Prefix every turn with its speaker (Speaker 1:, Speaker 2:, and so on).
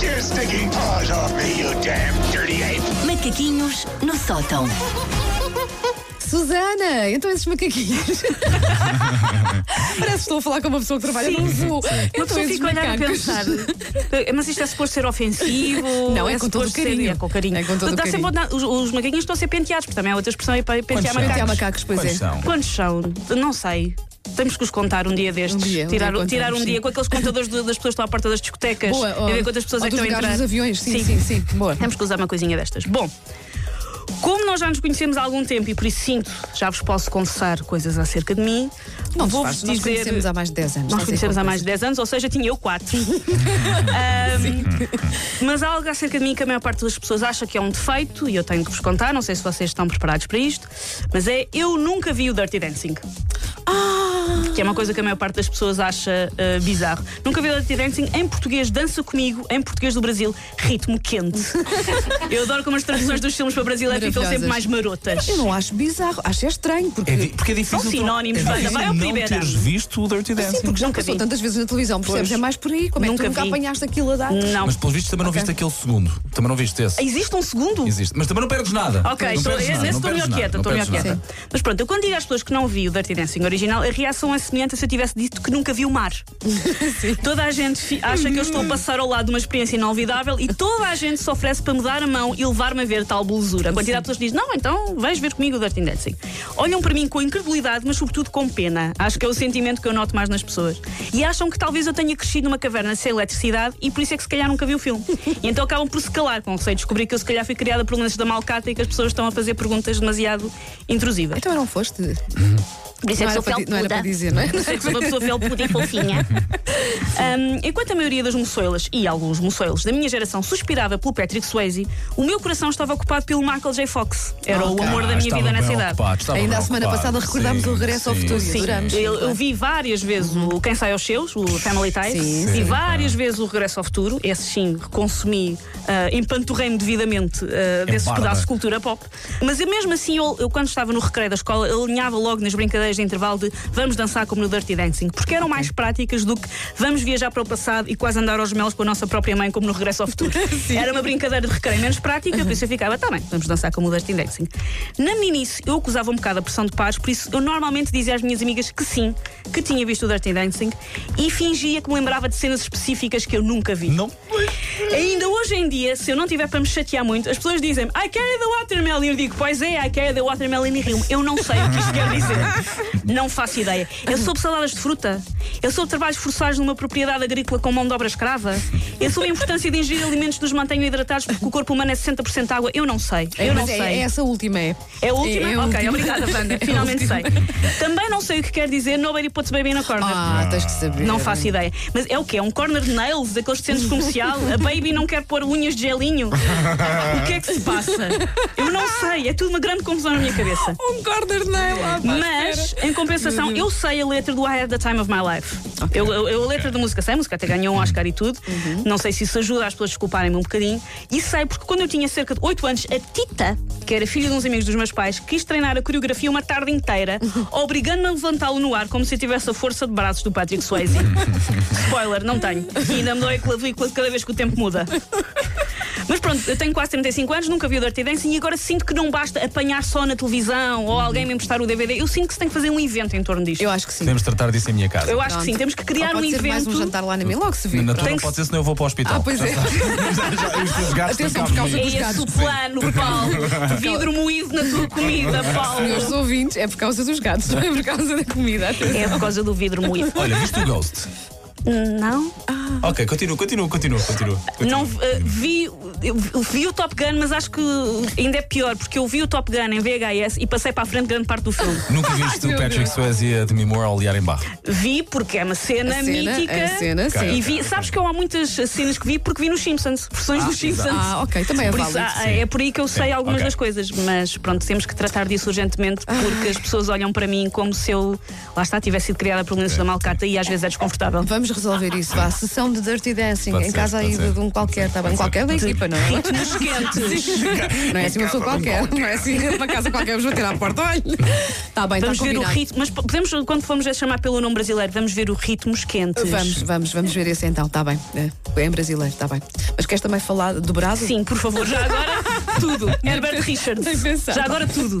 Speaker 1: your stinking paws off me, you damn dirty ape!
Speaker 2: Macaquinhos no sótão.
Speaker 3: Susana, então esses macaquinhos. Parece que estou a falar com uma pessoa que trabalha num zoo.
Speaker 4: Uma
Speaker 3: Então
Speaker 4: pessoa
Speaker 3: esses
Speaker 4: fica a olhar a
Speaker 3: macacos.
Speaker 4: pensar. "Eh, Mas isto é suposto ser ofensivo?
Speaker 3: Não, é com todo o
Speaker 4: suposto ser-
Speaker 3: carinho.
Speaker 4: É com carinho.
Speaker 3: É com todo o
Speaker 4: Está sempre
Speaker 3: carinho.
Speaker 4: a dar- os, os macaquinhos estão a ser penteados, porque também há outra expressão é para pentear
Speaker 3: Pentear macacos,
Speaker 4: macacos.
Speaker 3: pois
Speaker 5: Quantos
Speaker 3: é.
Speaker 5: são?
Speaker 4: Quantos são? Não sei. Temos que os contar um dia destes.
Speaker 3: Um dia, um
Speaker 4: tirar
Speaker 3: dia
Speaker 4: tirar
Speaker 3: contamos,
Speaker 4: um dia
Speaker 3: sim.
Speaker 4: com aqueles contadores do- das pessoas que estão à porta das discotecas
Speaker 3: Boa, oh,
Speaker 4: e ver
Speaker 3: ó,
Speaker 4: quantas pessoas
Speaker 3: ó,
Speaker 4: é que
Speaker 3: dos lugares
Speaker 4: estão a entrar. É
Speaker 3: dos aviões, sim, sim, sim. Boa.
Speaker 4: Temos que usar uma coisinha destas. Bom, como nós já nos conhecemos há algum tempo e por isso sinto, já vos posso confessar coisas acerca de mim,
Speaker 3: Não te
Speaker 4: vou-vos
Speaker 3: fazes, nós
Speaker 4: dizer.
Speaker 3: conhecemos há mais de 10 anos.
Speaker 4: Nós
Speaker 3: não sei
Speaker 4: conhecemos há
Speaker 3: qual
Speaker 4: mais de 10 anos, ou seja, tinha eu 4. mas há algo acerca de mim que a maior parte das pessoas acha que é um defeito, e eu tenho que vos contar, não sei se vocês estão preparados para isto, mas é eu nunca vi o Dirty Dancing.
Speaker 3: Ah!
Speaker 4: Que é uma coisa que a maior parte das pessoas acha ah, bizarro. Nunca vi o Dirty Dancing em português, dança comigo, em português do Brasil, ritmo quente. eu adoro como as traduções dos filmes para brasileiro ficam
Speaker 3: Maravilhosas.
Speaker 4: sempre mais marotas.
Speaker 3: Eu não acho bizarro, acho é estranho, porque.
Speaker 5: É di- porque é difícil.
Speaker 4: São
Speaker 5: tu-
Speaker 4: sinónimos,
Speaker 5: é
Speaker 4: Wanda,
Speaker 5: difícil
Speaker 4: vai ao
Speaker 5: não
Speaker 4: Primeira.
Speaker 5: teres visto o Dirty Dancing.
Speaker 3: Sim, porque já
Speaker 4: Nunca
Speaker 3: passou
Speaker 4: vi.
Speaker 3: tantas vezes na televisão, percebes?
Speaker 4: Pois.
Speaker 3: É mais por aí. Como é
Speaker 4: Nunca
Speaker 3: que tu nunca
Speaker 4: vi. Hum.
Speaker 3: apanhaste aquilo a dar?
Speaker 4: Não.
Speaker 5: Mas pelos vistos também não
Speaker 3: Ok.
Speaker 5: viste aquele segundo. Também não viste esse.
Speaker 4: Existe um segundo?
Speaker 5: Existe. Mas também não perdes nada.
Speaker 4: Ok,
Speaker 5: Não
Speaker 4: estou,
Speaker 5: perdes nada,
Speaker 4: nesse
Speaker 5: não
Speaker 4: estou
Speaker 5: perdes
Speaker 4: melhor
Speaker 5: nada,
Speaker 4: quieta,
Speaker 5: não
Speaker 4: estou melhor
Speaker 5: perdes
Speaker 4: quieta.
Speaker 5: nada.
Speaker 4: Mas pronto, eu quando digo às pessoas que não vi o Dirty Dancing original, a reação é semelhante a se eu tivesse dito que nunca vi o mar. Toda a gente fi- acha que eu estou a passar ao lado de uma experiência inolvidável e toda a gente se oferece para me dar a mão e levar-me a ver tal belezura. A quantidade de pessoas diz, não, então vais ver comigo o Dirty Dancing. Olham para mim com incredulidade, mas sobretudo com pena. Acho que é o sentimento que eu noto mais nas pessoas. E acham que talvez eu tenha crescido numa caverna sem eletricidade e por isso é que se calhar nunca vi o filme. E então acabam por se calar com sei descobrir que eu se calhar fui criada por lances da malcata e que as pessoas estão a fazer perguntas demasiado intrusivas.
Speaker 3: Então não foste.
Speaker 4: Por isso é
Speaker 3: não, era
Speaker 4: que sou
Speaker 3: para, di- não era para
Speaker 4: felpuda.
Speaker 3: dizer, não é?
Speaker 4: Sei que sou uma pessoa felpuda e fofinha. Um, enquanto a maioria das moçoelas, e alguns moçoelos da minha geração, suspirava pelo Patrick Swayze, o meu coração estava ocupado pelo Michael J. Fox. Era
Speaker 3: Ok.
Speaker 4: o amor da
Speaker 5: Ah,
Speaker 4: minha
Speaker 5: estava
Speaker 4: vida
Speaker 5: bem
Speaker 4: nessa idade.
Speaker 5: ocupado, estava
Speaker 3: Ainda
Speaker 5: bem
Speaker 3: a semana
Speaker 5: ocupado.
Speaker 3: passada recordámos
Speaker 5: Sim,
Speaker 3: o regresso ao
Speaker 5: sim,
Speaker 3: futuro e
Speaker 5: sim.
Speaker 3: adoramos.
Speaker 4: Eu, eu vi várias vezes o Quem Sai aos Seus, o Family Ties,
Speaker 3: Sim,
Speaker 4: vi várias vezes o Regresso ao Futuro, esse sim, consumi, ah, empanturrei-me devidamente ah, desses
Speaker 5: bárbaro.
Speaker 4: pedaços de cultura pop. Mas eu, mesmo assim, eu, eu, quando estava no recreio da escola, eu alinhava logo nas brincadeiras de intervalo de vamos dançar como no Dirty Dancing, porque eram mais práticas do que vamos viajar para o passado e quase andar aos gemelos com a nossa própria mãe, como no Regresso ao Futuro. Era uma brincadeira de recreio menos prática, por isso eu ficava, tá bem, vamos dançar como o Dirty Dancing. Na minha início, eu acusava um bocado a pressão de paz, por isso eu normalmente dizia às minhas amigas que sim, que tinha visto o Dirty Dancing e fingia que me lembrava de cenas específicas que eu nunca vi.
Speaker 5: Não.
Speaker 4: Ainda hoje em dia, se eu não tiver para me chatear muito, as pessoas dizem I carry the watermelon. E eu digo, pois é, I carry the watermelon e rio Eu não sei o que isto quer dizer. Não faço ideia. Eu soube saladas de fruta. Eu soube trabalhos forçados numa propriedade agrícola com mão de obra escrava. Eu soube a importância de ingerir alimentos que nos mantenham hidratados porque o corpo humano é 60% água. Eu não sei. Eu
Speaker 3: É,
Speaker 4: não
Speaker 3: mas é,
Speaker 4: sei.
Speaker 3: é essa última, é.
Speaker 4: É a última?
Speaker 3: É a
Speaker 4: ok,
Speaker 3: última.
Speaker 4: obrigada, Wanda. Finalmente sei. Também não sei o que quer dizer Nobody puts baby in a corner.
Speaker 3: Ah, tens que saber.
Speaker 4: Não faço ideia. Mas é o quê? É um corner de nails daqueles de centro comercial? A baby não quer pôr unhas de gelinho? O que é que se passa? Eu não sei. É tudo uma grande confusão na minha cabeça.
Speaker 3: Um corner
Speaker 4: é?
Speaker 3: nail.
Speaker 4: Mas, em compensação, eu sei a letra do I Had the Time of My Life. Eu, eu- eu a letra da música sei, a música até ganhou um Oscar e tudo. Não sei se isso ajuda as pessoas desculparem-me um bocadinho. E sei porque quando eu tinha cerca de 8 anos, a Tita, que era filha de uns amigos dos meus pais, quis treinar a coreografia uma tarde inteira, obrigando-me a levantá-lo no ar como se eu tivesse a força de braços do Patrick Swayze. Spoiler, não tenho. E ainda me dói a clavícula de cada vez que o tempo muda. Mas pronto, eu tenho quase 35 anos, nunca vi o Dirty Dancing e agora sinto que não basta apanhar só na televisão ou alguém me emprestar o DVD. Eu sinto que se tem que fazer um evento em torno disto.
Speaker 3: Eu
Speaker 4: Eu,
Speaker 3: acho que sim.
Speaker 5: Podemos tratar disso em minha casa.
Speaker 4: acho que sim, temos que criar
Speaker 3: Ou
Speaker 4: um
Speaker 3: pode ser mais
Speaker 4: evento.
Speaker 3: um jantar lá na minha, logo se vê.
Speaker 5: Na tua
Speaker 4: Tem
Speaker 5: não
Speaker 4: que-
Speaker 5: pode ser, senão eu vou para o hospital.
Speaker 3: Ah, pois é.
Speaker 5: Já- Os teus gastos
Speaker 3: Atenção,
Speaker 5: estão
Speaker 3: por
Speaker 5: cá
Speaker 3: causa
Speaker 4: é
Speaker 5: comigo.
Speaker 3: dos
Speaker 4: esse o
Speaker 3: gatos.
Speaker 4: plano, Paulo. Vidro moído na tua comida,
Speaker 3: Meus
Speaker 4: Paulo.
Speaker 3: ouvintes, é por causa dos gatos, não é por causa da comida.
Speaker 4: É por causa do vidro moído.
Speaker 5: Olha, viste o Ghost?
Speaker 4: Não?
Speaker 5: Ok, continua, continua, continua, continua. continua.
Speaker 4: Não eh, vi, eu vi o Top Gun, mas acho que ainda é pior, porque eu vi o Top Gun em VHS e passei para a frente grande parte do filme.
Speaker 5: Nunca viste o Patrick Swayze e a Demi Moore a olhar em barro.
Speaker 4: Vi porque é uma cena,
Speaker 3: A cena,
Speaker 4: mítica.
Speaker 3: a cena, sim.
Speaker 4: E vi, sabes que eu há muitas cenas que vi porque vi nos Simpsons, versões dos Simpsons.
Speaker 3: Ah, ok, também é
Speaker 4: Por isso,
Speaker 3: válido.
Speaker 4: ah, é por aí que eu sei algumas
Speaker 5: ok.
Speaker 4: das coisas, mas pronto, temos que tratar disso urgentemente
Speaker 3: Ah.
Speaker 4: porque as pessoas olham para mim como se eu, lá está, tivesse sido criada por lenços da um Malcata e às vezes é desconfortável.
Speaker 3: Vamos resolver isso, vá. Sessão versão de Dirty Dancing
Speaker 5: Pode
Speaker 3: em
Speaker 5: ser,
Speaker 3: casa
Speaker 5: pode
Speaker 3: aí
Speaker 5: ser.
Speaker 3: de, de um qualquer, está bem?
Speaker 5: Pode ser,
Speaker 3: Qualquer da
Speaker 5: pode ser.
Speaker 3: equipa, não é?
Speaker 4: Nos quentes.
Speaker 3: Não é assim uma pessoa qualquer,
Speaker 5: um
Speaker 3: não é assim uma casa qualquer, vos vou tirar à porta, olha. Está bem, está
Speaker 4: Vamos ver o
Speaker 3: combinado.
Speaker 4: ritmo. Mas podemos, quando formos a chamar pelo nome brasileiro, vamos ver o ritmos quentes.
Speaker 3: Vamos, vamos, vamos ver esse então, está bem. É, em brasileiro, está bem. Mas queres também falar do Brado?
Speaker 4: Sim, por favor, já agora tudo. Herbert Richards.
Speaker 3: Nem pensar.
Speaker 4: Já agora tudo.